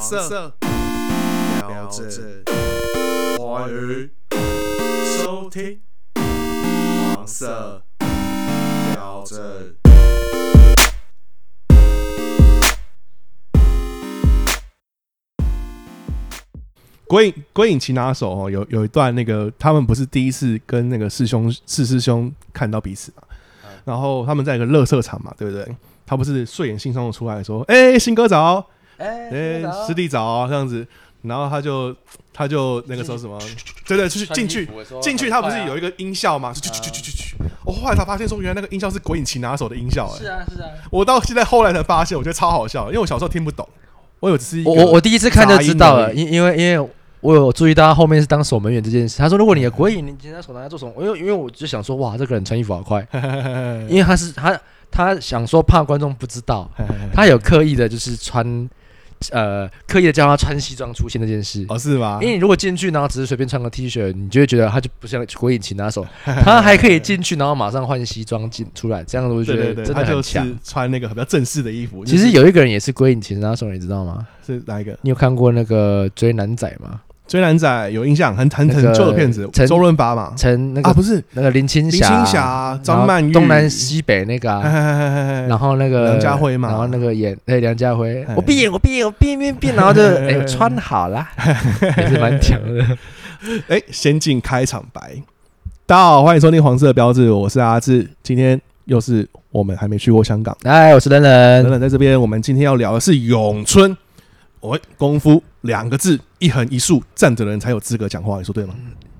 色，聊聊着着华语，收听黄色，聊着。鬼影鬼影擒拿手哦，有有一段那个他们不是第一次跟那个师兄四师兄看到彼此嘛，嗯然后他们在一个乐色场嘛，对不对？他不是睡眼惺忪的出来说：“哎、新哥早，哎、哎、那个师弟早啊、这样子。”然后他就他就那个时候什么，对对，出去进去啊进去，他不是有一个、个音效嗯嘛？去去去去去去！我后来才发现说，原来那个音效是鬼影擒拿手的音效、是哎、啊是啊，我到现在后来才发现，我觉得超好笑，因为我小时候听不懂，我有只是一个我我我第一次看就知道杂了，音因因为因为。我有注意到他后面是当守门员这件事。他说：“如果你的国影，你今天手拿来做什么？”因为因为我就想说，哇，这个人穿衣服 好快，因为他是他他想说怕观众不知道，他有刻意的就是穿，呃，刻意的叫他穿西装出现这件 事。哦是吗因？为你如果进去，然后只是随便穿个 T 恤，你就会觉得他就不像火影擒 拿手，他还可以进去，然后马上换西装进出来，这样子我就对觉对得对，真他的就很强是。穿那个比较正式的衣服。其就是实有一个人也是鬼影擒拿手，你知道吗？是哪一个？你有看过那个《追男仔》吗？追男仔有印象，很很很那个旧的片子，陈周润发嘛？陈那个、啊，不是那个林青林霞、啊青霞、啊然后张曼玉、东南西北那个、嘿， 啊，嘿嘿嘿嘿嘿然后那个梁家辉嘛然后那个演对梁家辉哎，我闭眼，我闭眼，我闭眼闭眼闭 眼，然后就哎呦穿好啦，也是蛮强的。哎，先进开场白。大家好，欢迎收听黄色的标志，我是阿志。今天又是我们还没去过香港，哎，我是冷等冷，等，在这边我们今天要聊的是咏春。喂，功夫两个字，一横一竖，站着的人才有资格讲话，你说对吗？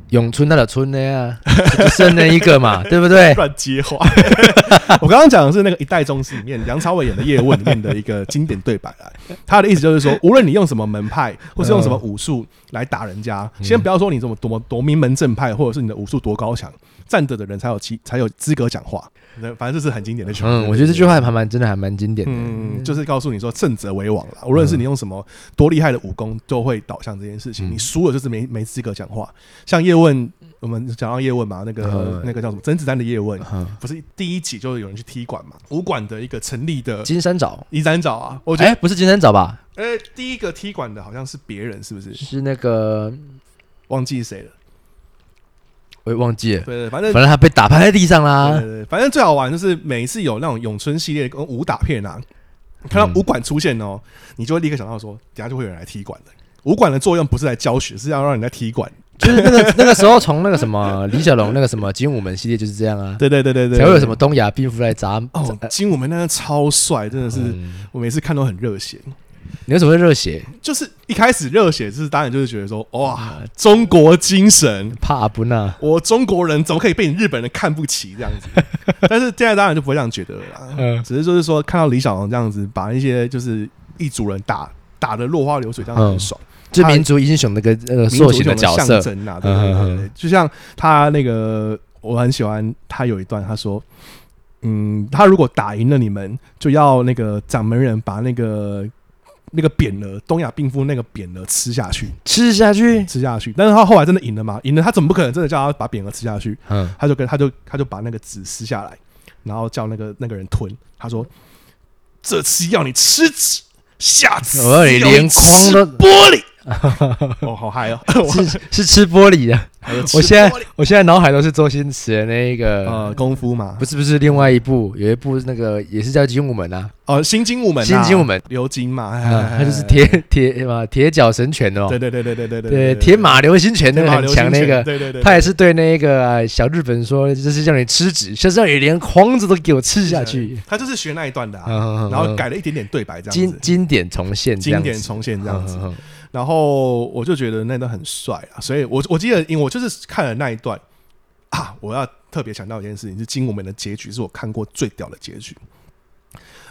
咏春那的春呢啊，就剩那一 个嘛，对不对？乱接话。 我刚刚讲的是那个《一代宗师》里面梁朝伟演的叶问里面的一个经典对白啊，他的意思就是说，无论你用什么门派或是用什么武术来打人家，嗯先不要说你怎么多么多名门正派，或者是你的武术多高强，站着的人才有其才有资格讲话。那反正这是很经典的句话。嗯，我觉得这句话还蛮真的，还蛮经典的。嗯，就是告诉你说，胜者为王啦。无论是你用什么多厉害的武功，都会导向这件事情。嗯你输了就是没没资格讲话。像叶问，我们讲到叶问嘛，那个嗯那个叫什么甄子丹的叶问嗯，不是第一集就是有人去踢馆嘛？武馆的一个成立的金山找，移山找啊，我觉得哎，不是金山找吧？呃，第一个踢馆的好像是别人，是不是？是那个忘记谁了？我也忘记了，对对，反正反正他被打趴在地上啦呃对。对对，反正最好玩就是每一次有那种咏春系列跟武打片啊，你看到武馆出现哦，你就会立刻想到说，等下就会有人来踢馆的。武馆的作用不是来教学，是要让人家踢馆。就是 那个那个时候，从那个 什么李小龙那个什么精武门系列就是这样啊，对对对对对，才会有什么东亚病夫来砸。哦，精武门那个超帅，真的是、嗯我每次看都很热血。你为什么会热血？就是一开始热血，就是当然就是觉得说，哇啊，中国精神，怕阿布纳？我中国人怎么可以被你日本人看不起这样子？但是现在当然就不会这样觉得了啦。嗯只是就是说，看到李小龙这样子，把一些就是一族人打打的落花流水，这样子很嗯爽，就民族英雄那个呃民族塑形英雄角象色，征啊，对对对对嗯嗯对，就像他那个，我很喜欢他有一段，他说。嗯，他如果打赢了你们，就要那个掌门人把那个那个匾额东亚病夫那个匾额吃下去，吃下去。吃下去。但是他后来真的赢了嘛？赢了，他怎么不可能真的叫他把匾额吃下去？嗯，他就跟他就他就把那个纸撕下来，然后叫那个那个人吞。他说：“这次要你吃纸，下次我你要连你吃框都玻璃。” 哦，好嗨哦！我 是是吃玻璃的。还有吃我现在玻璃我现在脑海都是周星驰的那个，呃功夫嘛不，是不是，另外一部有一部那个也是叫精武门啊，哦新精武门啊，新精武门流金嘛，哎啊，他就是铁铁什么铁脚神拳哦对，对对对对对对对，铁马流星拳那对个马很流强星那拳个。对对对， 他也是对那个呃小日本说，就是叫你吃纸，下次让你连框子都给我吃对下去。，他就是学那一段的啊，然然后改了一点点对白这样嗯经子，经典重现，经典重现这这样样子子。。嗯嗯嗯然后我就觉得那段很帅啊，所以我我记得，因为我就是看了那一段啊，我要特别强调一件事情，是《精武门》的结局是我看过最屌的结局。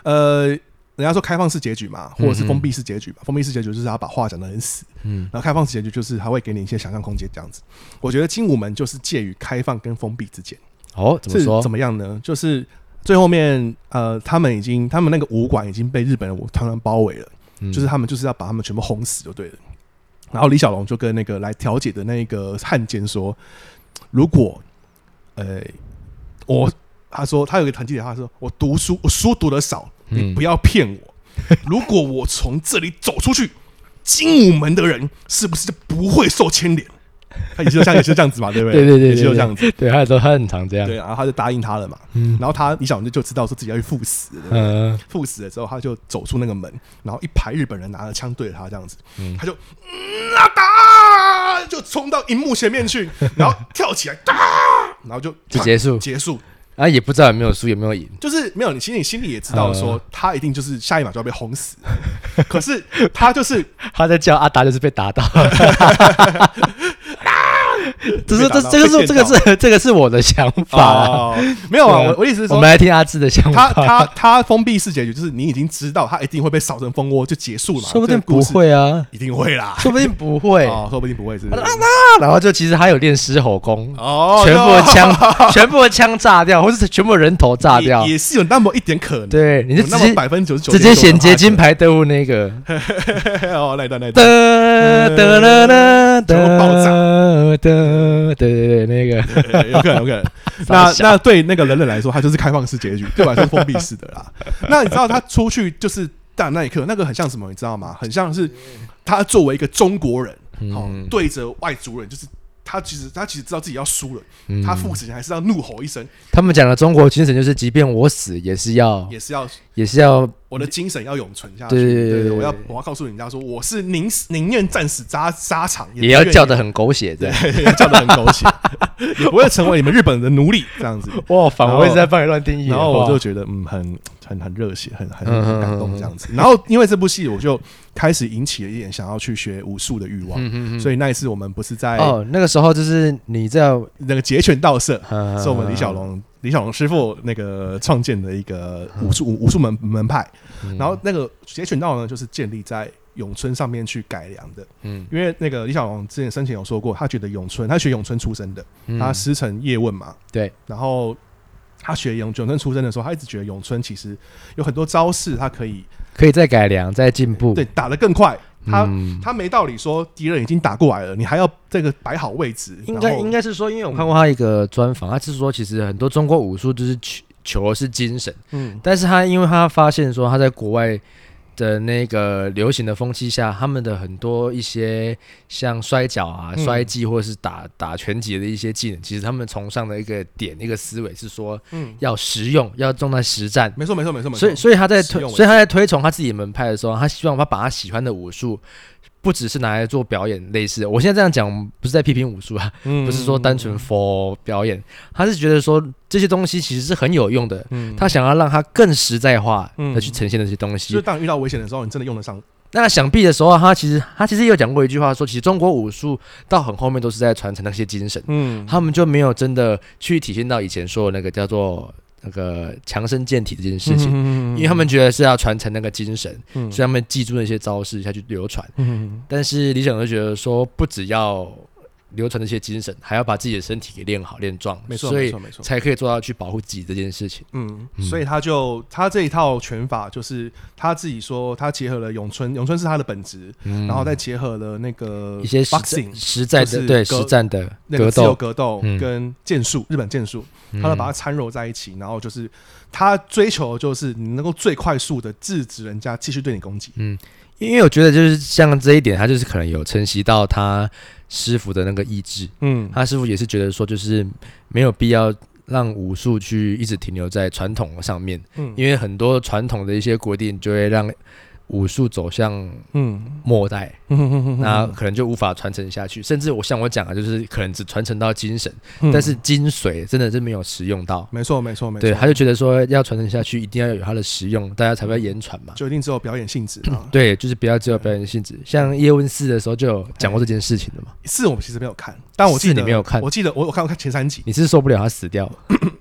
呃，人家说开放式结局嘛，或者是封闭式结局嘛，封闭式结局就是他把话讲得很死，嗯，然后开放式结局就是他会给你一些想象空间这样子。我觉得《精武门》就是介于开放跟封闭之间。哦，怎么是说？怎么样呢？就是最后面，呃，他们已经，他们那个武馆已经被日本人团团包围了，嗯就是他们就是要把他们全部轰死就对了。然后李小龙就跟那个来调解的那个汉奸说，如果，呃，我他说他有一个很经典的话，他说我读书我书读的少，你嗯不要骗我。如果我从这里走出去，精武门的人是不是就不会受牵连？他也是像也是这样子嘛，对不对对 对对也是对这样子。对，他都他很常这样，对，然后他就答应他了嘛。嗯然后他李小龙就知道说自己要去赴死了，对不对嗯赴死了之后，他就走出那个门，然后一排日本人拿着枪对着他这样子，他就嗯啊打，就冲到荧幕前面 去，然后跳起来打，然后就就结束，结束。啊也不知道有没有输有没有赢，就是没有，你心里心里也知道呃说他一定就是下一秒就要被轰 死，可是 他就是他在叫阿达就是被打到， 这是这被打到这个是被这电个到是这个是我的想法，哦，没有啊，对啊我我意思是我说们。来听阿志的想他法，他他封闭式结局就是你已经知道他一定会被扫成蜂窝就结束了嘛，说不定这个故不事，会啊，一定会啦，说不定不会，啊哦，说不定不会是不是然后就其实他有练狮吼功，哦，全部的对啊 枪全部的枪炸掉，或是全部人头炸掉也，也是有那么一点可能，对，你就有直那接么百分之九十九直接衔接金牌队伍那个， 哦，那一段那一哒段，哒啦啦嗯全部哒爆炸哒，对对对，那个对有可能有可 能。傻那笑那对那个人人来说，他就是开放式结局，对我来说是封闭式的 啦。那你知道他出去就是但那一刻，那个很像什么，你知道吗？很像是他作为一个中国人，好、嗯对着外族人，就是他其实他其实知道自己要输了，嗯 哦他父子还是要怒吼一声，他们讲的中国精神就是，即便我死也是要也是要也是要我的精神要永存下去。对对对对对对我要我要告诉人家说，我是宁死宁愿战死沙沙场，也要不愿意叫的很狗血这样。对， 叫的很狗 血，也不会成为你们日本人的奴隶这样子。哇，反我一直在帮你乱 定义然后我就觉得嗯，很很很热血，很很嗯很感动这样子。然后因为这部戏，我就开始引起了一点想要去学武术的欲望。嗯嗯所以那一次我们不是在哦，那个时候就是你在，那个截拳道社，嗯是我们李小，龙李小龙师傅那个创建的一个武术武武术门门派。嗯然后那个截拳道呢，就是建立在咏春上面去改良的。嗯因为那个李小龙之前生前有说过，他觉得咏春，他学咏春出身的，嗯他师承叶问嘛，对，然后他学咏咏春出身的时候，他一直觉得咏春其实有很多招式，他可以可以再改良再进步，对打得更快。他、嗯他没道理说敌人已经打过来了，你还要这个摆好位置，应该然后应该是说，因为我看过他一个专访，他是说其实很多中国武术就是求求的是精神，嗯但是他因为他发现说他在国外的那个流行的风气下，他们的很多一些像摔跤啊、嗯摔技或者是打打拳击的一些技能，其实他们崇尚的一个点、一个思维是说嗯，要实用，要重在实战。没错没错没错没错，所以，所以他在实推，用为所以他在推崇他自己门派的时候，他希望他把他喜欢的武术，不只是拿来做表演类似的。我现在这样讲，我们不是在批评武术啊，嗯不是说单纯 for 表演，他是觉得说这些东西其实是很有用的，嗯他想要让它更实在化的去嗯呈现这些东西。就是当你遇到危险的时候，你真的用得上。那想必的时候，他其实他其实也有讲过一句话说，其实中国武术到很后面都是在传承那些精神，嗯他们就没有真的去体现到以前说的那个叫做那个强身健体这件事情。情因为他们觉得是要传承那个精神，嗯所以他们记住那些招式下去流传。嗯但是李想就觉得说，不只要流传这些精神，还要把自己的身体给练好、练壮，没错所没以错没错，才可以做到去保护自己这件事情。嗯，嗯所以他就他这一套拳法，就是他自己说，他结合了咏春，咏春是他的本质，然后再结合了那个嗯一些实 boxing 实在就的是对格实战的那格个自由斗，格斗嗯跟剑术，日本剑术，嗯他都把它掺揉在一起，然后就是他追求的就是你能够最快速的制止人家继续对你攻击。因为我觉得就是像这一点，他就是可能有承袭到他师傅的那个意志，嗯他师傅也是觉得说，就是没有必要让武术去一直停留在传统上面，嗯因为很多传统的一些规定就会让武术走向嗯末代，嗯那可能就无法传承下去，甚至我像我讲的，就是可能只传承到精神，嗯但是精髓真的是没有实用到。没错没错没错，对，他就觉得说要传承下去，一定要有它的实用，大家才会言传嘛。就一定只有表演性质啊。对，就是不要只有表演性质。像叶问四的时候就有讲过这件事情的嘛。是我其实没有看，但我记四得你没有看嗯我记得我我看我看前三集，你是受不了他死掉，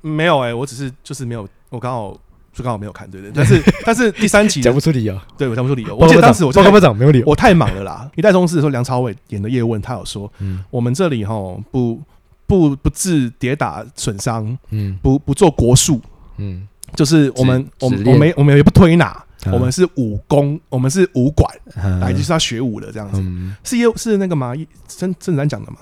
没有哎、我只是就是没有，我刚好就刚好没有看，对 对。但是但是第三集的，讲不出理由。对我讲不出理由。我记得当时我报就告部长没有理由。我太忙了啦。一代宗师的时候，梁朝伟演的叶问，他有说，嗯我们这里哈不不不治跌打损伤，嗯不不做国术，嗯，就是我们只我只们练我们我们也不推拿，嗯我们是武功，我们是武馆，来就嗯是要学武的这样子。嗯，是叶是那个吗？郑郑然讲的吗？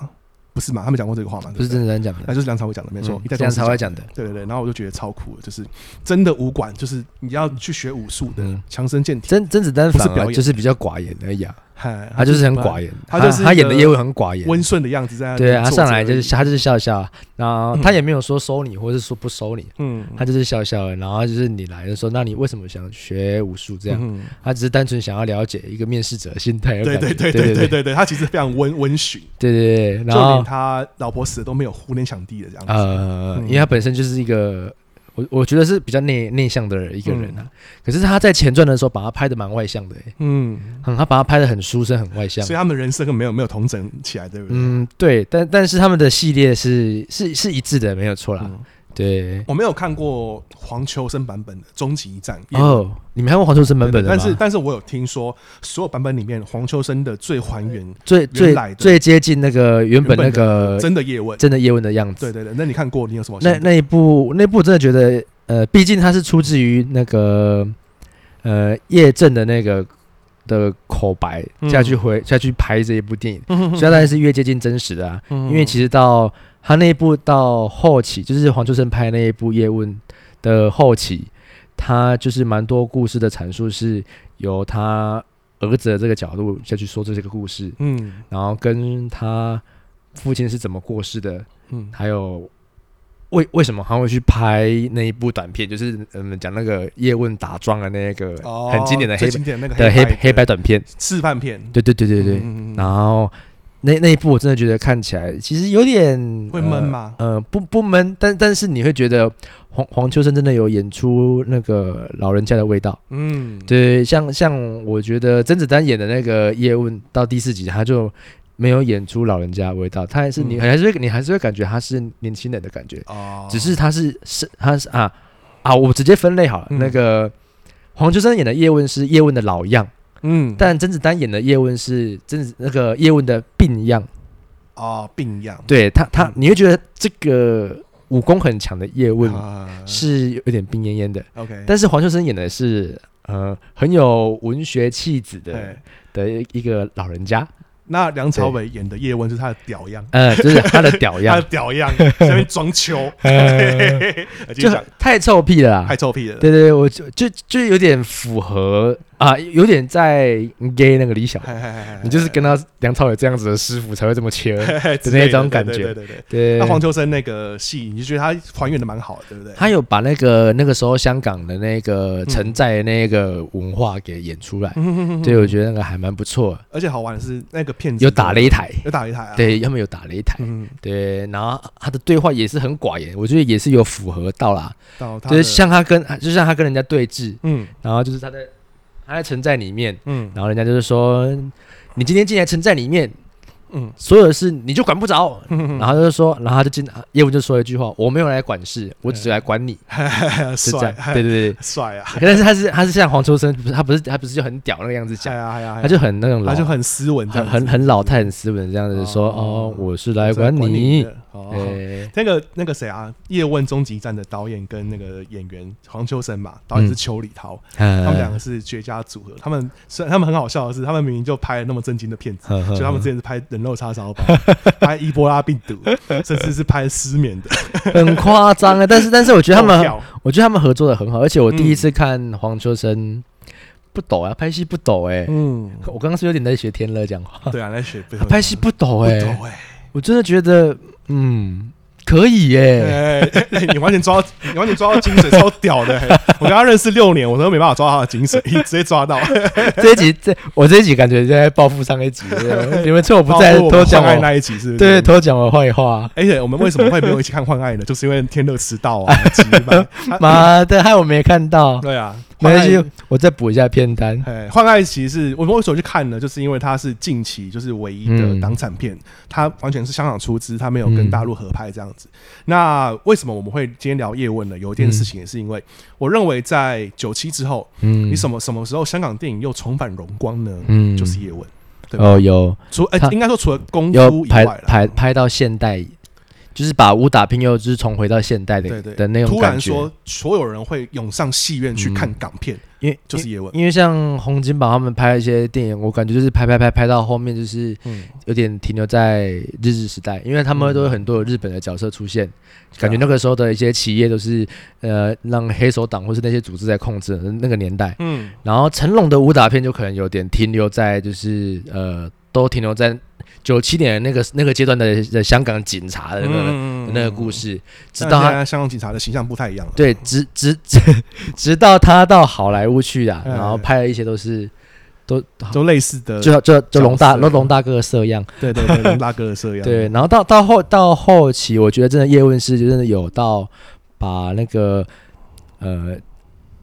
不是嘛？他们讲过这个话吗？不是对对，正常讲那的，就是梁朝伟哎讲的，没错嗯。一代这宗样师才讲会的讲的。对对对，然后我就觉得超酷的，就是真的武馆，就是你要去学武术的嗯，强身健体甄甄子丹不反是表而演就是比较寡言而已啊，嗨他就是很寡言，他他就是他演一的个业务很寡言，温顺的样子在那里对啊他坐着上来而就是已他就是笑笑，啊然后嗯他也没有说收你或是说不收你，嗯，他就是笑笑啊的，然后就是你来的时候，那你为什么想学武术这样？嗯他只是单纯想要了解一个面试者的心态的对感觉。对对对对对对对对，他其实非常温温驯，对对就对然连后他老婆死了都没有呼天抢地的这样子。呃，嗯因为他本身就是一个我我觉得是比较内内向的一个人啊，可是他在前传的时候把他拍的蛮外向的、欸，嗯，很他把他拍的很书生，很外向所以。他们人生根本没有没有同整起来，对不对？嗯，对，但但是他们的系列是是是一致的，没有错啦。嗯对，啊我没有看过黄秋生版本的《终极一战》哦，你们看过黄秋生版本的吗？但是但是我有听说，所有版本里面黄秋生的最还原最原最来的最接近那个原本那个真的叶问，呃真的叶问的样对子。对对，那你看过，你有什么心那得？那一部那部真的觉得，呃，毕竟它是出自于那个呃叶正的那个的口白嗯下去回、下去拍这一部电影，那所以它当然是越接近真实的啊。因因为其实到他那一部到后期，就是黄秋生拍那一部《叶问》的后期，他就是蛮多故事的阐述是由他儿子的这个角度下去说这个故事，嗯然后跟他父亲是怎么过世的，嗯还有为为什么他会去拍那一部短片，就是我们讲那个叶问打桩的那个哦很经典的最黑白经典的那个的黑白黑白短片，示范片，对对对对对，嗯，嗯嗯然后那那一部我真的觉得看起来其实有点会闷吗呃，呃不不闷，但但是你会觉得黄黄秋生真的有演出那个老人家的味道。嗯，对，像像我觉得甄子丹演的那个叶问到第四集，他就没有演出老人家的味道，他还是你、嗯还是会你还是会感觉他是年轻人的感觉，哦，只是他是是他是啊啊，我直接分类好了，嗯那个黄秋生演的叶问是叶问的老样。嗯，但甄子丹演的叶问是甄子那个叶问的病样，哦，病一样，对他他嗯你会觉得这个武功很强的叶问啊是有点病恹恹的， OK，但是黄秋生演的是呃很有文学气质的对，的一个老人家， 那梁朝伟演的叶问就是他的屌样，呃，就是他的他屌样 嗯的，屌样，下面装 秋， 继续就讲太臭屁了啦哎太。 臭屁了，对对对，我就就就有点符合啊，有点在 gay 那个李小龙，嗨，嗨嗨嗨你就是跟他梁朝伟这样子的师傅才会这么切。嗨嗨之的那类的种感对觉对对对。对对，哎那黄秋生那个戏，你就觉得他还原的蛮好的，对不对？他有把那个那个时候香港的那个承载的那个文化给演出来，嗯，对，我觉得那个还蛮不错的， 而且好玩的是那个骗子有打擂台，有打擂台啊，，对他们有打擂台，嗯，对，然后他的对话也是很寡言，我觉得也是有符合到啦，到他就是的像他跟啊就像他跟人家对峙，嗯然后就是他在他在承载里面，嗯然后人家就是说你今天进来承载里面，嗯所有的事你就管不 着，嗯，然后他就说，然后他就进啊业务就说一句话，我没有来管事，我只来管你，后啊是这样帅，，对对对。 帅啊，但是他是他是像黄秋生，不是他不是他不是就很屌那个样子哎讲，呀哎呀，哎呀他就很那种老他，就很斯文这很样子，很很老态很斯文这样子说哦哦，我是我来是来管管你，的哦。对那个那个谁啊，《叶问终极战》的导演跟那个演员黄秋生嘛，导演是嗯邱礼涛，他们两嗯，个是绝佳组合。他们虽然他们很好笑的是，他们明明就拍了那么震惊的片子。就就他们之前是拍人肉叉烧包， 拍伊波拉病毒，甚至是拍失眠的。很夸张啊，但是但是我觉得他爆们掉我觉得他们合作的很好，而且我第一嗯次看黄秋生不抖啊，拍戏不抖哎，嗯，我刚刚是有点在学天乐讲话，对啊，那学不他拍戏不不抖哎，懂哎，我真的觉得嗯可以 耶，哎哎你完全抓到，你完全抓到精髓，超屌 的。欸我跟他认识六年，我都没办法抓到他的精髓，直接抓到。这一集这我这一集感觉就在报复上 一集，你们趁我不在包括我偷们讲换爱我那一集是不是？对，。偷讲我坏话，而且我们为什么会没有一起看《换爱》呢？就是因为天乐迟到 啊，急嘛。啊妈的，害我没看到。对啊，没关换爱系，我再补一下片单。哎，《换爱》其实是我们为什么去看呢？就是因为它是近期就是唯一的嗯港产片，它完全是香港出资，它没有跟嗯大陆合拍这样子。那为什么我们会今天聊叶问呢？有一件事情也是因为，我认为在九七之后，嗯你什么什么时候香港电影又重返荣光呢？嗯就是叶问，对吧？哦，有除哎、他应该说除了功有夫以拍外啦，拍拍到现代就是把武打片又就是重回到现代的对对的那种突感然觉。嗯说所有人会涌上戏院去看港片，因为就是叶问。因为像洪金宝他们拍一些电影，我感觉就是拍拍拍拍到后面就是嗯，有点停留在日治时代，因为他们都有很多有日本的角色出现，啊感觉那个时候的一些企业都是呃让黑手党或是那些组织在控制的那个年代。嗯，然后成龙的武打片就可能有点停留在就是呃都停留在九七年那个那个阶段的的香港警察的那个、嗯那个故，事，直但到现他在香港警察的形象不太一样了。对直直 直直到他到好莱坞去啊，嗯然后拍了一些都是都都类似的，就就就龙大角色龙大哥的色样。对对对，跟拉哥的这样。 对，，然后到到后到后期，我觉得真的叶问是真的有到把那个呃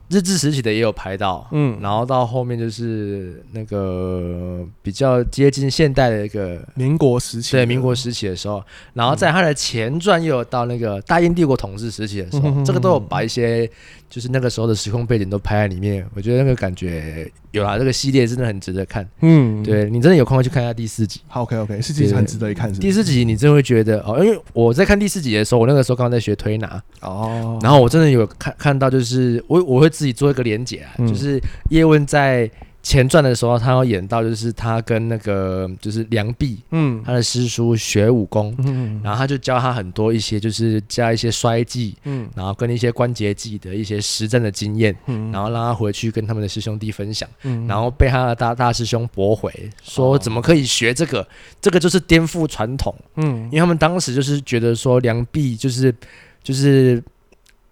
日治时期的也有拍到，嗯，然后到后面就是那个比较接近现代的一个。民国时期，对民国，时期的时候，然后在他的前传又有到那个大英帝国统治时期的时候，嗯哼哼这个都有把一些就是那个时候的时空背景都拍在里面，我觉得那个感觉有啊，这个系列真的很值得看。嗯，对你真的有空会去看一下第四集。好，OK OK，是其实很值得一看，是不第是四集你真的会觉得哦，因为我在看第四集的时候，我那个时候刚刚在学推拿，哦，然后我真的有看看到，就是我我会自己做一个连结啊，嗯就是叶问在前传的时候，他要演到就是他跟那个就是梁壁嗯他的师叔学武功，嗯然后他就教他很多一些就是加一些摔技，嗯然后跟一些关节技的一些实战的经验。嗯然后让他回去跟他们的师兄弟分享，嗯然后被他的大大师兄驳回，说哦怎么可以学这个？这个就是颠覆传统。嗯因为他们当时就是觉得说梁壁就是就是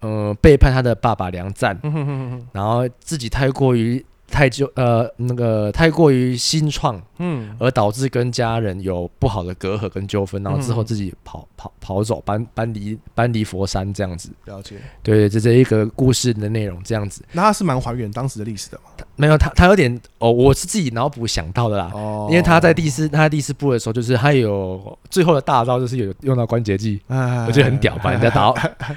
呃背叛他的爸爸梁赞，嗯然后自己太过于太就呃那个太过于新创，嗯而导致跟家人有不好的隔阂跟纠纷，然后之后嗯自己跑跑跑走，搬搬离搬离佛山这样子。了解。对对，这这一个故事的内容这样子。那他是蛮还原当时的历史的嘛？没有他他有点哦，我是自己脑补想到的啦。哦因为他在第四他在第四部的时候，就是他有最后的大招，就是有用到关节技，哎我觉得很屌，把人家打到。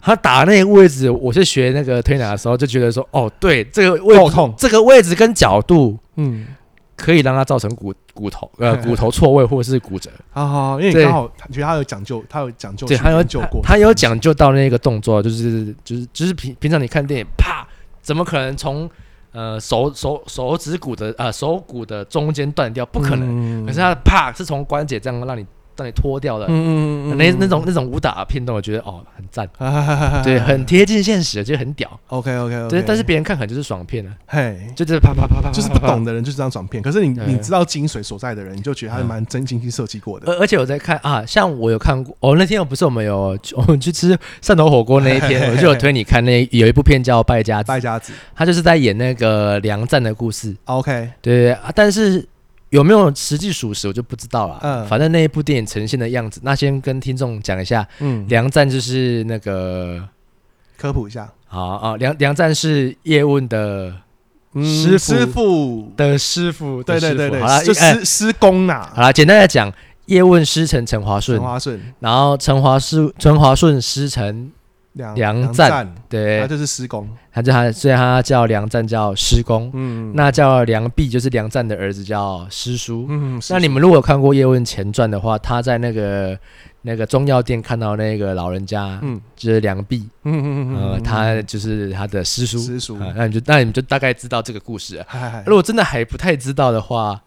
他打那个位置，我是学那个推拿的时候就觉得说，哦，对，这个位够置，痛这个位置跟角度嗯，可以让他造成骨骨头呃骨头错位或者是骨折。好好，因为对你刚好觉得他有讲究，他有讲究去对，他有研究他过，他有讲究到那个动作，就是就是就是平平常你看电影，啪，怎么可能从呃手手手指骨的呃手骨的中间断掉？嗯不可能。能可是他的啪是从关节这样让你让你脱掉的。嗯那那种那种武打片段，我觉得哦很赞，那对，很贴近现实，就很屌。 OK OK OK，对，但是别人看可能就是爽片啊，嘿。就是啪啪啪啪，就是不懂。的人就是这样转片，可是你对嗯你知道精髓所在的人，你就觉得他是蛮真精心设计过的。而而且我在看啊，像我有看过，哦，那天我不是我们有我们去吃汕头火锅那一 天，我就有推你看那有一部片叫《败家子败》，家子他就是在演那个梁战的故事， ，OK，对啊，但是有没有实际属实我就不知道了。嗯反正那一部电影呈现的样子，那先跟听众讲一下，嗯，梁战就是那个科普一下，啊啊，梁梁战是叶问的嗯师傅师傅，的师傅，对的师对傅对对好了，，就哎师师公好呐，了，简单的讲，叶问师承陈华顺陈，华顺，然后陈华顺陈华顺师承梁梁梁赞哎赞，他对，啊就是师公，他就他所以他叫梁战叫师公，嗯，那叫梁壁就是梁战的儿子叫师叔。嗯，那你们如果有看过叶问前传的话，他在那个那个中药店看到那个老人家，嗯就是梁壁，嗯嗯呃，他就是他的师叔，师叔，啊那你就那你们就大概知道这个故事了。嗨嗨如果真的还不太知道的话，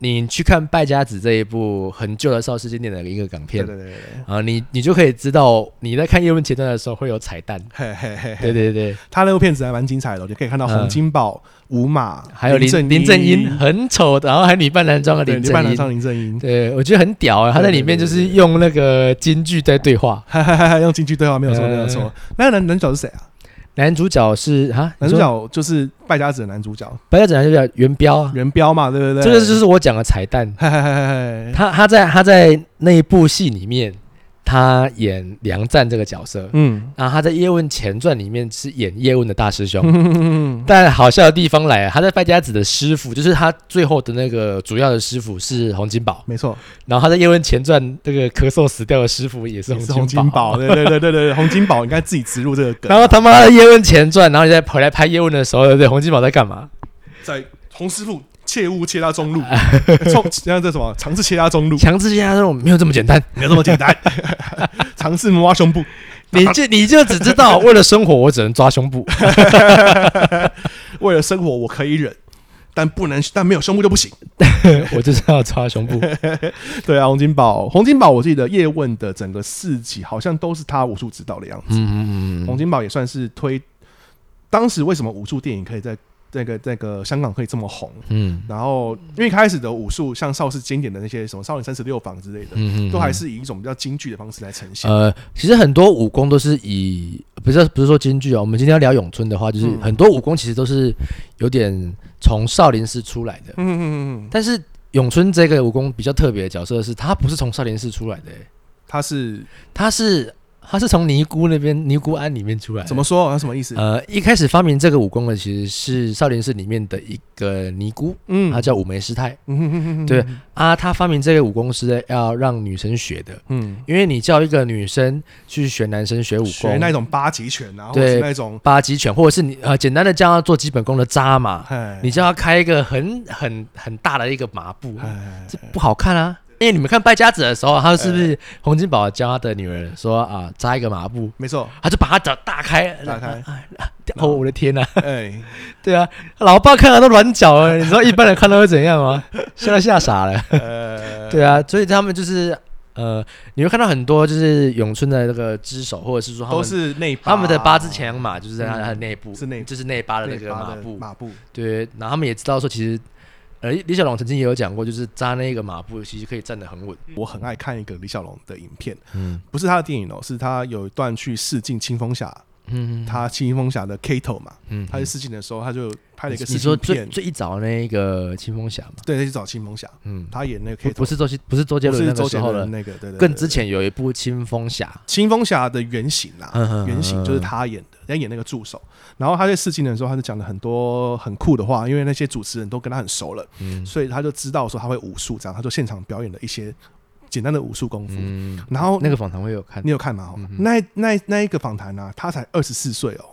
你去看《败家子》这一部很旧的邵氏经典的一个港对片对对对，啊、你你就可以知道你在看叶问前传的时候会有彩 蛋。嘿嘿嘿，对对对，他那部片子还蛮精彩的，你可以看到嗯洪金宝、吴马，还有林正林正英英，很丑的，然后还女扮男装的对，林你扮正男英。上林正英，对，我觉得很屌啊！他在里面就是用那个京剧在对话。哈哈哈，用京剧对话没有错，呃没有错。那个男男主角是谁啊？男主角是啊，男主角就是败家子的男主角《败家子》男主角元彪啊，元彪嘛，对不对？这个就是我讲的彩蛋。嘿，嘿嘿嘿嘿，他他在他在那一部戏里面，他演梁战这个角色。嗯，然后他在《叶问前传》里面是演叶问的大师兄， 嗯但好笑的地方来了，啊他在败家子的师傅，就是他最后的那个主要的师傅是洪金宝，没错，然后他在《叶问前传》这个咳嗽死掉的师傅也是也是洪洪金宝，对对对对对，洪金宝应该自己植入这个 梗，然后他妈的《叶问前传》，然后你再回来拍《叶问》的时候，对不对？洪金宝在干嘛？在洪师傅切勿切他中路， 冲像这什么尝试切他中路，强制下这种没有这么简 单。 没有这么简单， 尝试摸他胸部。你就你就只知道为了生活，我只能抓胸部。 为了生活，我可以忍，但不能，但没有胸部就不行。我就是要抓胸部。对啊，洪金宝，洪金宝，我记得叶问的整个四集好像都是他武术指导的样子。嗯嗯洪金宝也算是推，当时为什么武术电影可以在那个那个香港可以这么红？嗯然后因为一开始的武术，像邵氏经典的那些什么《少林三十六房》之类的，嗯都还是以一种比较京剧的方式来呈现。呃，其实很多武功都是以不是不是说京剧啊，我们今天要聊咏春的话，就是嗯很多武功其实都是有点从少林寺出来的。嗯嗯嗯嗯，但是咏春这个武功比较特别的角色是，他不是从少林寺出来的、欸，他是他是他是从尼姑那边尼姑庵里面出来的。怎么说？啊他什么意思？呃，一开始发明这个武功的其实是少林寺里面的一个尼姑，嗯她叫五梅师太嗯嗯嗯嗯，对啊。她发明这个武功是要让女生学的，嗯，因为你叫一个女生去学男生学武学那功，种八极拳啊，或者是对那种，八极拳，或者是你呃简单的教她做基本功的扎马，哎，你叫她开一个很很很大的一个马步，哎，这不好看啊。因为你们看败家子的时候，他是不是哎洪金宝教他的女儿说啊扎一个马步，没错，他就把他脚大开，打开，哦我的天呐、哎，对啊，老爸看到都软脚了，你知道一般人看到会怎样吗？ 吓都 吓傻了。呃， 对啊，所以他们就是呃，你会看到很多就是咏春的那个支手，或者是说他们都是内八他们的八字前仰马，就是在他的内部，是内就是内八的那内个八马的步。马步，对，然后他们也知道说，其实呃李小龙曾经也有讲过，就是扎那个马步其实可以站得很稳。我很爱看一个李小龙的影片，嗯不是他的电影哦，是他有一段去试镜清风侠，嗯，他清风侠的 Kato 嘛，嗯他去试镜的时候，他就拍了一个你试说镜最片，最一早那个青风侠嘛，对，他去找清风侠，嗯，他演那个不 Kato，不是周杰不是周杰不伦是那个周时杰候伦了，那个，对对对，更之对前有一部青风侠，清风侠的原型啦嗯哼，原型就是他演的，他演那个助手。然后他在试镜的时候，他就讲了很多很酷的话，因为那些主持人都跟他很熟了，嗯所以他就知道说他会武术，这样他就现场表演了一些简单的武术功夫。嗯，然后那个访谈会有看你，有看吗？那那那一个访谈呢，他才二十四岁哦。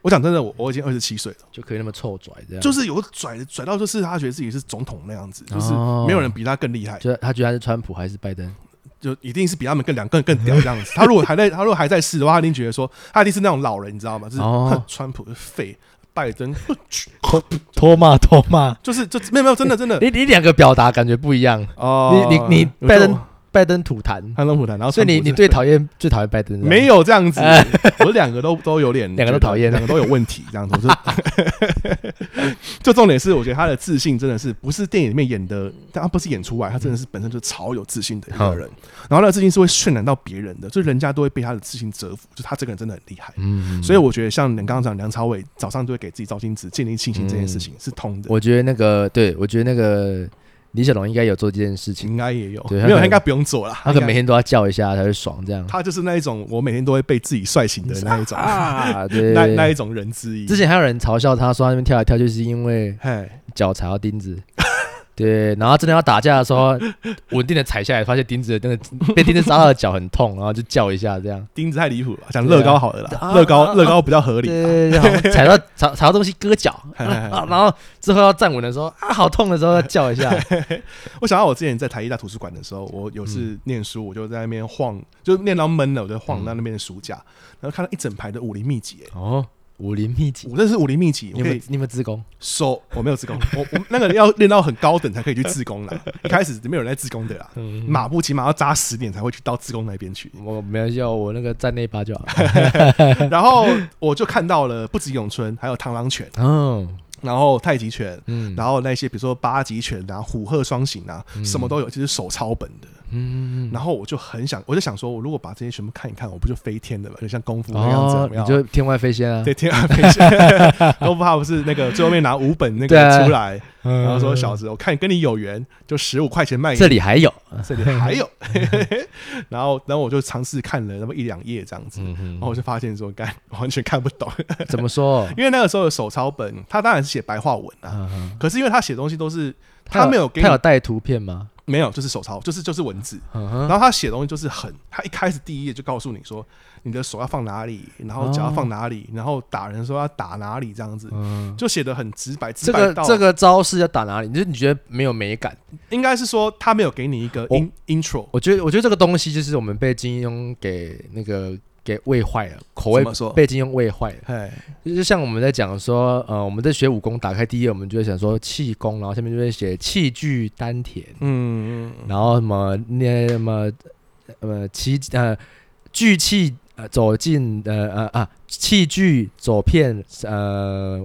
我讲真的，我我已经二十七岁了，就可以那么臭拽这样，就是有个拽拽到，就是他觉得自己是总统那样子，就是哦没有人比他更厉害，就他觉得他是川普还是拜登，就一定是比他们更两更更屌这样子。他如 果还在，他如果还在世的话，他一定觉得说他一定是那种老人，你知道吗？就是、哦 哼川普废，拜登拖骂拖骂，就是就没有没有真的真的 你你两个表达感觉不一样，哦你你你我就拜登拜登吐痰，特朗普谈，然后所以你川普你是最讨厌最讨厌拜登，没有，有这样子哎，我两个都都有点 两个都讨厌两个都有问题这样子。我就就 重点是，我觉得他的自信真的是不是电影里面演的，但他不是演出来，他真的是本身就超有自信的一个人。然后那个自信是会渲染到别人的，就人家都会被他的自信折服，就他这个人真的很厉害。嗯所以我觉得像你刚刚讲，梁朝伟早上就会给自己照镜子，建立信心这件事情是通的，嗯我觉得那个对我觉得那个李小龙应该有做这件事情，应该也有，对他没有可能他应该不用做了，他可能每应该天都要叫一下才会爽这样。他就是那一种我每天都会被自己帅醒的那一种，啊，对，那那一种人之一之。前还有人嘲笑他说他那边跳来跳去是因为嘿，脚踩到钉子， 对，然后真的要打架的时候， 稳定的踩下来，发现钉子真 的被钉子扎到的脚很痛，然后就叫一下这样，钉子太离谱了，讲对啊乐高好了啦，啊乐啊高啊乐高比较合理啦。对，然后踩到踩踩到东西割脚，嘿啊嘿嘿然后之后要站稳的时候啊，好痛的时候要叫一 下，我想到我之前在台艺大图书馆的时候，我有次嗯念书，我就在那边晃，就念到闷了，我就晃到那边的书架，然后看到一整排的武林秘籍、欸，欸哦，武林秘籍，我这是武林秘籍，你我有可没以有你有没有自宫？收，我没有自宫，我我那个要练到很高等才可以去自宫 啦，一开始没有人在自宫的啦，嗯马步起码要扎十年才会去到自宫那边 去。我没关系哦，我那个站那一把就好。 然后我就看到了不止咏春，还有螳螂拳，哦，然后太极拳，嗯然后那些比如说八极拳啊、虎鹤双形啊，什么都有，就是手抄本的。嗯，然后我就很想，我就想说，我如果把这些全部看一看，我不就飞天了吗？就像功夫那样子，哦有，没你有？就天外飞仙啊，对，天外飞仙，功夫他不是那个最后面拿五本那对个啊出来，嗯然后说小子，我看跟你有缘，就十五块钱卖给这你，里还有，这 里还有， 然后然后我就尝试看了那么一两页这嗯样子，然后我就发现说，干完全看不懂，哦 怎么 说？因为那个时候的手抄本，他当然是写白话文啊，嗯可是因为他写东西都是他有没有给你他有带图片吗？ 没有，就是手抄，就是就是文字。嗯哼，然后他写的东西就是很，他一开始第一页就告诉你说你的手要放哪里，然后脚要放哪里，然后打人的时候要打哪里，这样子嗯，就写的很直白。直这白个到这个招式要打哪里？就是你觉得没有美感？应该是说他没有给你一个我 in intro，我觉得，我觉得这个东西就是我们被金庸给那个给喂坏了，口味怎么 说被金庸喂坏了。哎，就像我们在讲说，呃，我们在学武功，打开第一页我们就会想说气功，然后下面就会写气聚丹田，嗯，嗯然后什么那什么呃气呃聚气呃走进呃呃啊气聚走遍呃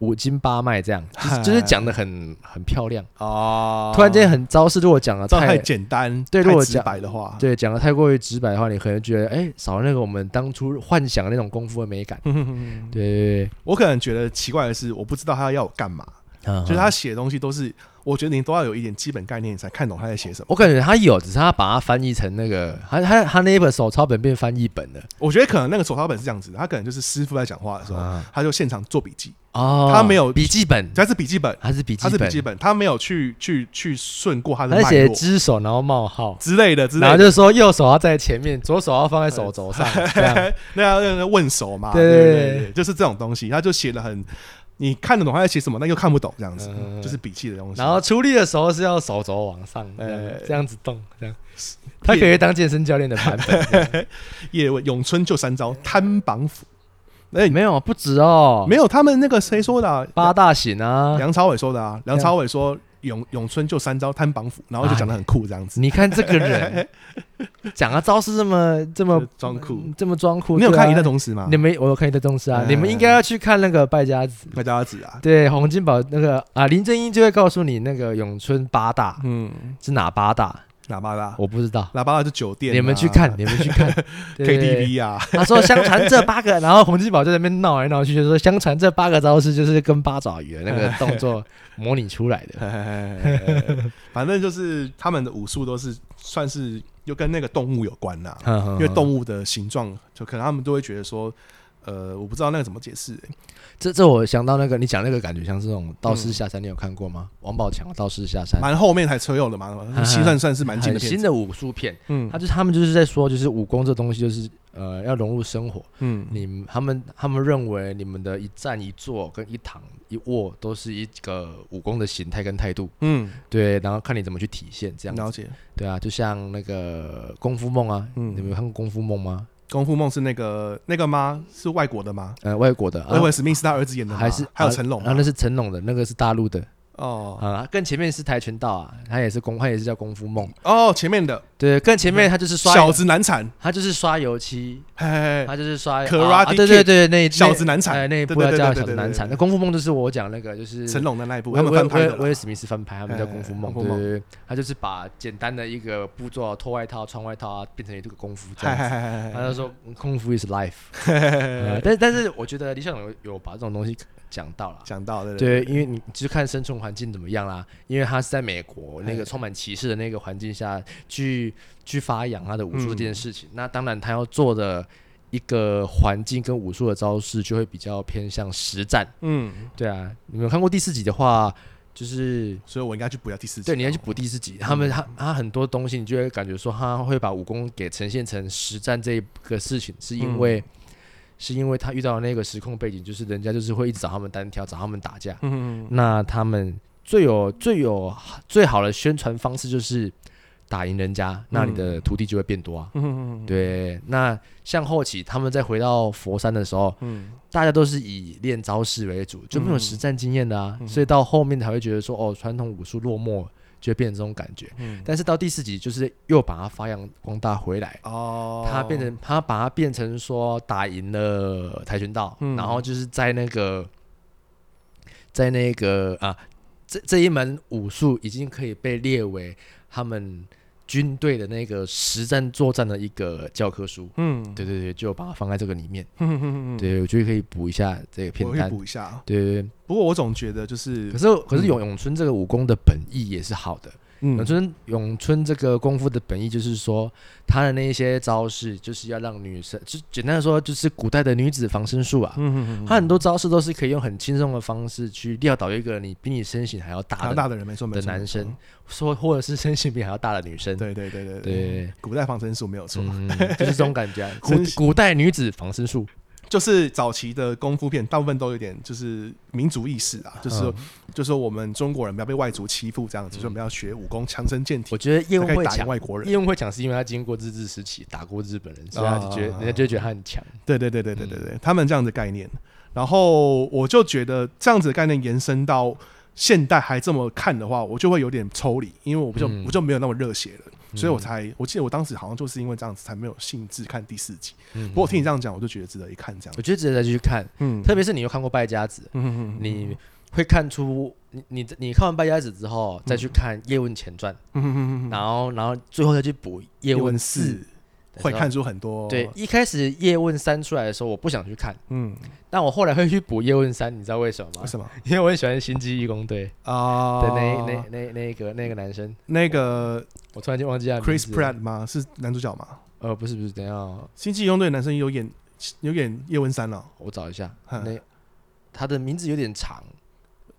五经八脉这样，就是 就是讲的很很漂亮。哦突然间很招式，如果讲的这样太太简单，对如太果直讲白的话，对，讲的太过于直白的话，你可能觉得，哎、少了那个我们当初幻想的那种功夫的 美感。哼哼哼对对我可能觉得奇怪的是，我不知道他要我干嘛，对，啊就是他写的东西都是，我觉得你都要有一点基本概念，你才看懂他在写什么。我感觉他有，只是他把它翻译成那个，他他他那一本手抄本变翻译本了。我觉得可能那个手抄本是这样子的，他可能就是师傅在讲话的时候，啊他就现场做笔记，哦，他没有笔记本，他是笔记本，他是笔记他是本，笔记本，他没有去去去顺过他的他脉写络只手，然后冒号，之类的之然后类就的。说右手要在前面，左手要放在手肘上， 这样。那要那要问手嘛，对对对对对对，就是这种东西，他就写的很，你看得懂他在写什么，但又看不懂这样子，嗯就是笔记的东西。然后出力的时候是要手肘往上，这哎样这样子动，这样。他可以当健身教练的版本，叶问咏春就三招，贪榜斧。 哎，没有不止哦，没有，他们那个谁说的、啊？八大行啊。梁朝伟说的啊，梁朝伟说咏咏春就三招贪榜斧，然后就讲的很酷这样子，你看这 个人，讲的招式这么这么就是装酷。这么装酷，你有对啊看《一代宗师》吗你？们我有看一代宗师啊，嗯你们应该要去看那个败家子。大家子啊，对，洪金宝那个啊，林正英就会告诉你那个咏春八大嗯，是哪八大，喇叭啦，我不知道，喇叭啦就酒店啊，你们去看，你们 去看对 KTV 啊，他说相传这八个，然后洪金宝就在那边闹来闹去，就说相传这八个招式就是跟八爪鱼的 那个动作模拟出来的。 反正就是他们的武术都是算是又跟那个动物有关呐、 因为物动物的形状，就可能他们都会觉得说，呃，我不知道那个怎么解释、欸这这我想到那个你讲那个感觉像是那种道士下山，你有看过吗？王宝强的道士下山，嗯蛮后面才车用的 嘛，西算算是蛮近的很片新子，的武术片，嗯他就他们就是在说，就是武功这东西就是呃要融入生活。嗯，你们他们他们认为你们的一站一坐跟一躺一卧都是一个武功的形态跟态度，嗯，对，然后看你怎么去体现这样了子。解。对啊，就像那个《功夫梦》啊，嗯你们有看过《功夫梦》吗？功夫梦是那个那个吗？是外国的吗？呃，外国的，威啊、尔史密斯他儿子演的吗，还是还有啊成龙吗啊，那是成龙的，那个是大陆的哦啊，更前面是跆拳道啊，他也是功，他也是叫《功夫梦》。哦，前面的对，更前面他就是刷，嗯小子难缠，他就是刷油漆，嘿嘿嘿，他就是刷 Karate 啊啊对对 Kid，对，那小子难缠哎，那一部对要对对叫对对小子对难对缠。对那《功夫梦》就是我讲那个，就是成龙的那一部，威他们威翻拍威的威尔啦。史密斯翻拍，他们叫《功夫梦》，哎哎哎对功夫对对，他就是把简单的一个步骤，脱外套、穿外套啊，变成一个功夫这嗨样嗨子。嗨嗨他嗨就说功夫 is life，呃但但是我觉得李小龙有有把这种东西讲到了。讲到对对，因为你就是看生存环境怎么样啦，因为他是在美国那嘿个充满歧视的那个环境下去去发扬他的武术这件事情。那当然，他要做的一个环境跟武术的招式就会比较偏向实战。嗯，对啊，你们有看过第四集的话，就是所以我应该去补一下第四集。对，你要去补第四集。他们他他很多东西，你就会感觉说他会把武功给呈现成实战这一个事情，是因为、是因为他遇到的那个时空背景，就是人家就是会一直找他们单挑，找他们打架。嗯，嗯那他们最有最有最好的宣传方式就是打赢人家，那你的徒弟就会变多啊。嗯嗯嗯对，那像后期他们再回到佛山的时候，嗯大家都是以练招式为主，就没有嗯实战经验的啊，嗯所以到后面才会觉得说，哦，传统武术落寞了，就会变成这种感觉。嗯但是到第四集，就是又把它发扬光大回来，哦，他变成他把它变成说打赢了跆拳道，嗯然后就是在那个在那个啊，这这一门武术已经可以被列为他们军队的那个实战作战的一个教科书。嗯，对对对，就把它放在这个里面。嗯嗯嗯嗯对，我觉得可以补一下这个片我单会。补一下。对对对，不过我总觉得就是可是可是咏咏春这个武功的本意也是好的，嗯咏春咏春这个功夫的本意就是说，他的那一些招式就是要让女生，就简单的说，就是古代的女子防身术啊。嗯嗯他很多招式都是可以用很轻松的方式去撂倒一个你比你身形还要大大的，大的人没错，没错，男没错生说或者是身形比你还要大的女生。对对对对对，古代防身术没有错，嗯，就是这种感觉啊、古身形古代女子防身术，就是早期的功夫片大部分都有点就是民族意识嗯啊，就是说就是说我们中国人不要被外族欺负这样子，所以我们要学武功强身健体我，觉嗯得才叶问可以会打赢强，外国人。叶问会强是因为他经过日治时期打过日本人，所以他就觉得、啊人家就觉得他很强。对对对对对对对，他们这样的概念，然后我就觉得这样子的概念延伸到现代还这么看的话，我就会有点抽离，因为我不就、嗯我就没有那么热血了，所以我嗯才我记得我当时好像就是因为这样子才没有兴致看第四集。嗯不过我听你这样讲，我就觉得值得一看这样我。觉得值得再去看，嗯，特别是你又看过《败家子》，嗯嗯你会看出你你你看完《败家子》之后，再去看《叶问前传》嗯嗯嗯嗯，然后然后最后再去补《叶叶问问四》四会看。出很多对，一开始《叶问三》出来的时候，我不想去看，嗯，但我后来会去补《叶问三》，你知道为什么吗为？什么因为我很喜欢《星际义工队》啊？的那那那那个那个男生，那个我突然间忘记他的名 Chris 字了 Pratt 吗？是男主角吗？呃，不是不是，等一下哦星际义工队的男生有演有演叶问三了、哦我找一下，哼那他的名字有点长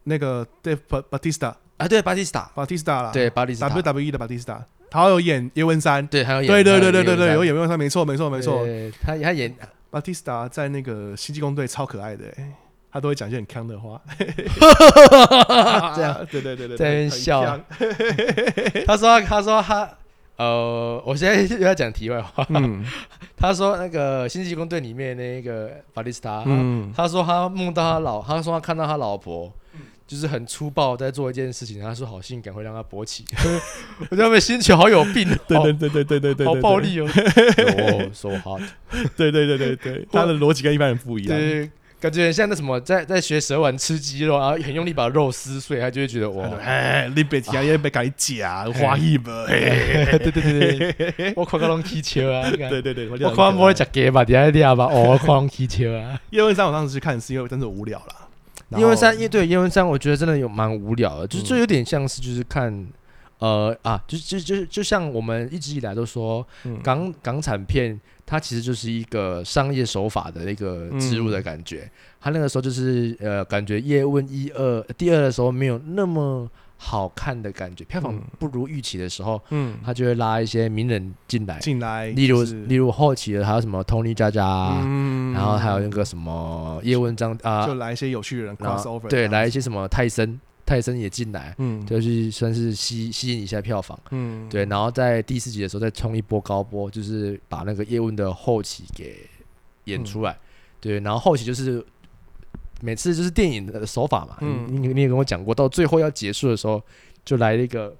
那个 Dave Ba- Batista 啊，对，巴蒂斯塔，啊 Batista 啦，对，巴蒂斯塔， WWE 的 Batista，他有演叶问三，对，还有演，对对对还对对对，有演演叶问三，没错没错没叶问三，错。对，他他演 Batista 在那个星际工队超可爱的、欸，他都会讲一些很坑的话， 这样，， 对对对对，在那很边笑呛他说他说他。呃，我现在又要讲题外话。 嗯他说那个《星际工队》里面那个巴蒂斯塔，嗯，他说他梦到他老，他说他看到他老婆，就是很粗暴在做一件事情，他说好性感会让他勃 起，我觉得他们心情好有病哦， 对对对对对对对，好对 暴，力哦， 哦，so hot，对对对对对，他的逻辑跟一般人不一样，对，感觉很像那什么在在学蛇丸吃鸡肉，然后很用力把肉撕碎，他就会觉得哇，哎，你别讲，也别跟你讲，啊花一本， 对对对对 我看到拢起笑啊，你看对对对，我我看无咧食鸡吧，底下底下吧，哦，我看拢起笑啊。叶啊问三，我当时去看是因为真的无聊啦。然后叶问三，叶对叶问三，我觉得真的有蛮无聊的，就就嗯有点像是就是看，呃啊，就就就就像我们一直以来都说嗯港港产片，它其实就是一个商业手法的一个嗯植入的感觉。它那个时候就是呃，感觉叶问一二第二的时候没有那么好看的感觉，票房嗯不如预期的时候，嗯，它就会拉一些名人进来，进来，例如就是例如后期的还有什么 Tony 佳佳啊。嗯然后还有那个什么叶问章啊，就来一些有趣的人然 cross 后 over，对，来一些什么泰森，泰森也进来，嗯，就是算是吸吸引一下票房。嗯，对，然后在第四集的时候再冲一波高波，就是把那个叶问的后期给演出嗯来。对，然后后期就是每次就是电影的手法嘛，嗯你你你也跟我讲过，到最后要结束的时候，就来了一个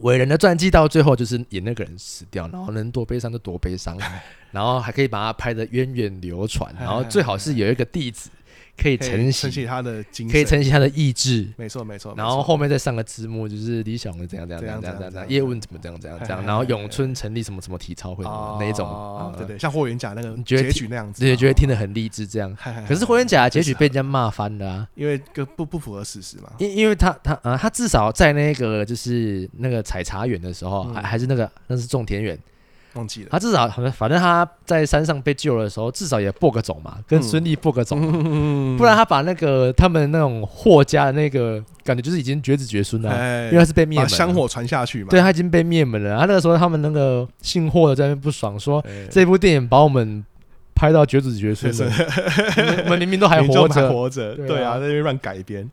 伟人的传记，到最后就是演那个人死掉，然后能多悲伤就多 悲伤，然后还可以把它拍的源远流传，然后最好是有一个弟子可以可以承承袭，袭他的精神，可以承袭他的意志。没错没错，然哦没后错后面再上个字幕，就是李小龙怎样怎样怎样怎样怎样怎样，叶问怎么怎样怎样怎样，然后咏春成立什么什么体操会什么那一种哦，对呃对，像霍元甲那个你觉得结局那样子，啊对，觉得听得很励志这样。嗨。嗨嗨可是霍元甲的结局被人家骂翻了啊，因为个不不符合事实嘛，因因为他他啊，他至少在那个就是那个采茶园的时候，嗯还还是那个那是种田园，忘记了，他至少好像反正他在山上被救的时候，至少也播个种嘛，嗯跟孙俪播个种嘛，不不然他把那个他们那种霍家的那个感觉就是已经绝子绝孙了啊，哎因为他是被灭把门了香。火传下去嘛，对他已啊经被灭门了。他那个时候，他们那个姓霍的在那边不爽，说哎，这部电影把我们拍到绝子绝孙了，我们我们明明都还民众活还 着。活着，对啊对啊，在那边乱改编，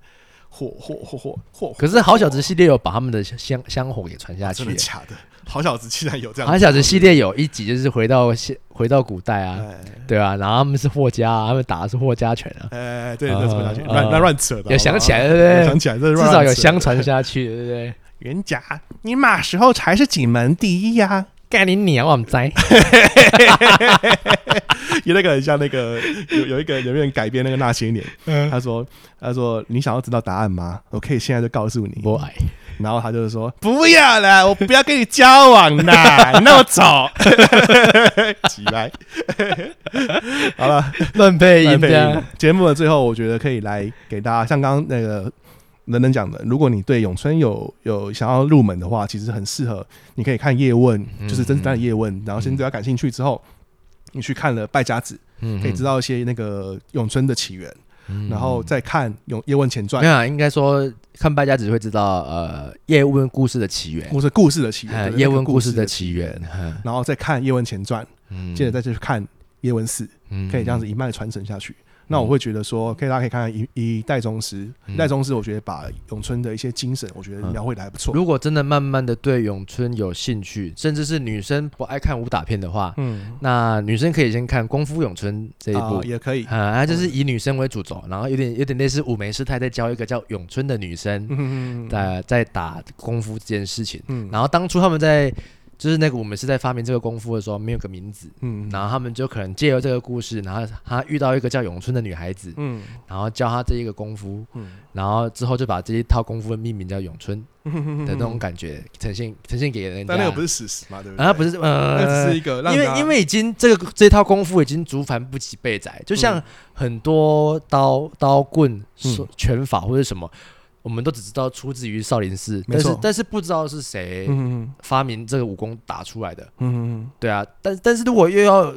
火火火火火，可是好小子系列有把他们的香香火给传下去啊真的。假的？好小子竟然有这样，好小子系列有一集就是回到现回到古代啊，哎，对啊，然后他们是霍家、啊，他们打的是霍家拳啊，哎，对，啊那怎么下去？啊乱那乱扯的，有想起好来不好，有对不想起来，哎这是对？乱至少有扯的相传下去，对不对？元甲，你嘛时候才是景门第一呀？干你娘，我们栽！有那个很像那个有有一个有一个人改编那个那些年，嗯他说他说你想要知道答案吗？我可以现在就告诉你。我 矮，然后他就说不要了，我不要跟你交往啦，你那么丑， 起来。 好了，乱配音配这样音。节目的最后，我觉得可以来给大家，像刚刚那个能能讲的，如果你对咏春有有想要入门的话，其实很适合，你可以看叶问，就是甄子嗯丹的叶问，然后先对他感兴趣之后，你去看了败家子，嗯可以知道。道一些那个咏春的起源，嗯然后再看《咏叶问前传没》，有啊，应该说看败家只会知道呃叶问故事的起源，故事故事的起源，哎对叶那个问故事的起起源，哎哈源，然后再看《叶问前传》，嗯接着再去看《叶问四》，可以这样子一脉传承下去。嗯那我会觉得说，可以大家可以看看一一代宗师，嗯一代宗师我觉得把咏春的一些精神，我觉得描绘的还不错。如果真的慢慢的对咏春有兴趣，甚至是女生不爱看武打片的话，嗯，那女生可以先看《功夫咏春》这一部啊。也 可以。啊，它就是以女生为主轴，然后有点有点类似武梅师太在教一个叫咏春的女生，嗯在在打功夫这件事情。嗯然后当初他们在就是那个我们是在发明这个功夫的时候没有个名字，嗯然后他们就可能借由这个故事，然后他遇到一个叫咏春的女孩子，嗯然后教她这一个功夫，嗯然后之后就把这一套功夫的命名叫咏 春的那种感觉呈现呈现给人家。但那个不是史实嘛，对不对？啊，不是那只呃是一，个让因大为家因为已经这个这套功夫已经竹繁不及备嗯载，就像很多刀刀棍、嗯手拳法或者什么，我们都只知道出自于少林寺，没但错是但是不知道是谁嗯发明这个武功打出来的。嗯嗯对啊，但但是如果又要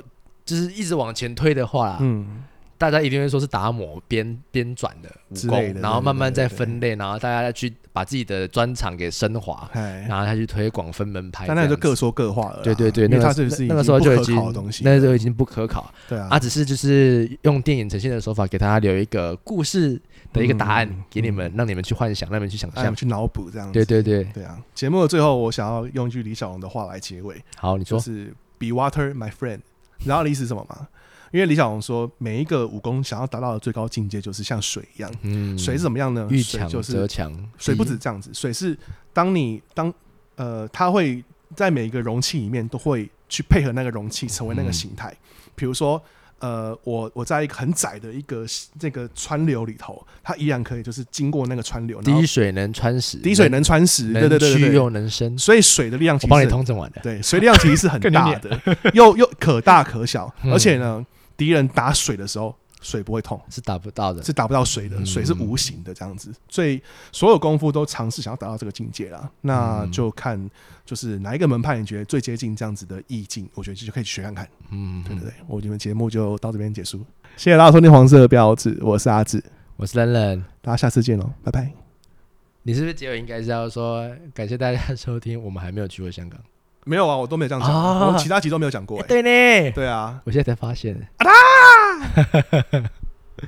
就是一直往前推的话啦，嗯大家一定会说是达摩编编转的武之类功，的然后对慢慢对再对分类，然后大家再去把自己的专长给升华，哎，然后再去推广分门派这但样子。那就各说各话了啦。对对对，因为那它个这是那个时候就已不可经考的东西。那时候已经不可考对啊啊，，只是就是用电影呈现的手法给大家留一个故事的一个答嗯案给你们，让你们去幻想，让你们去想让我象们。去脑补这样子。对对对，对啊，节目的最后，我想要用一句李小龙的话来结尾，好，你就说，是 “Be water, my friend”。你知道意思是什么吗？因为李小龙说，每一个武功想要达到的最高境界，就是像水一样。嗯，水是怎么样呢？遇水强就则是强，水不敌止这样子，水是当你当呃，它会在每一个容器里面都会去配合那个容器，成为那个嗯形态。比如说，呃，我我在一个很窄的一个这个川流里头，它依然可以就是经过那个川流，然后滴水能穿石，滴水能穿石，对能对对去对对。又能深。所以水的力量其我实帮你很通整完了。对，水量其实是很更大黏的，又又可大可小，嗯而且呢，敌人打水的时候，水不会痛，是打不到的，是打不到水的，嗯水是无形的这样子，所以所有功夫都尝试想要达到这个境界啦。那嗯就看就是哪一个门派你觉得最接近这样子的意境，我觉得就可以去学看看，嗯，对对对。我们节目就到这边结束，谢谢大家收听黄色的标志，我是阿志，我是冷冷，大家下次见喽，拜拜。你是不是结尾应该是要说感谢大家收听，我们还没有去过香港？没有啊，哎我都没有这样讲，啊我其他集都没有讲过、欸，对呢，对啊，我现在才发现。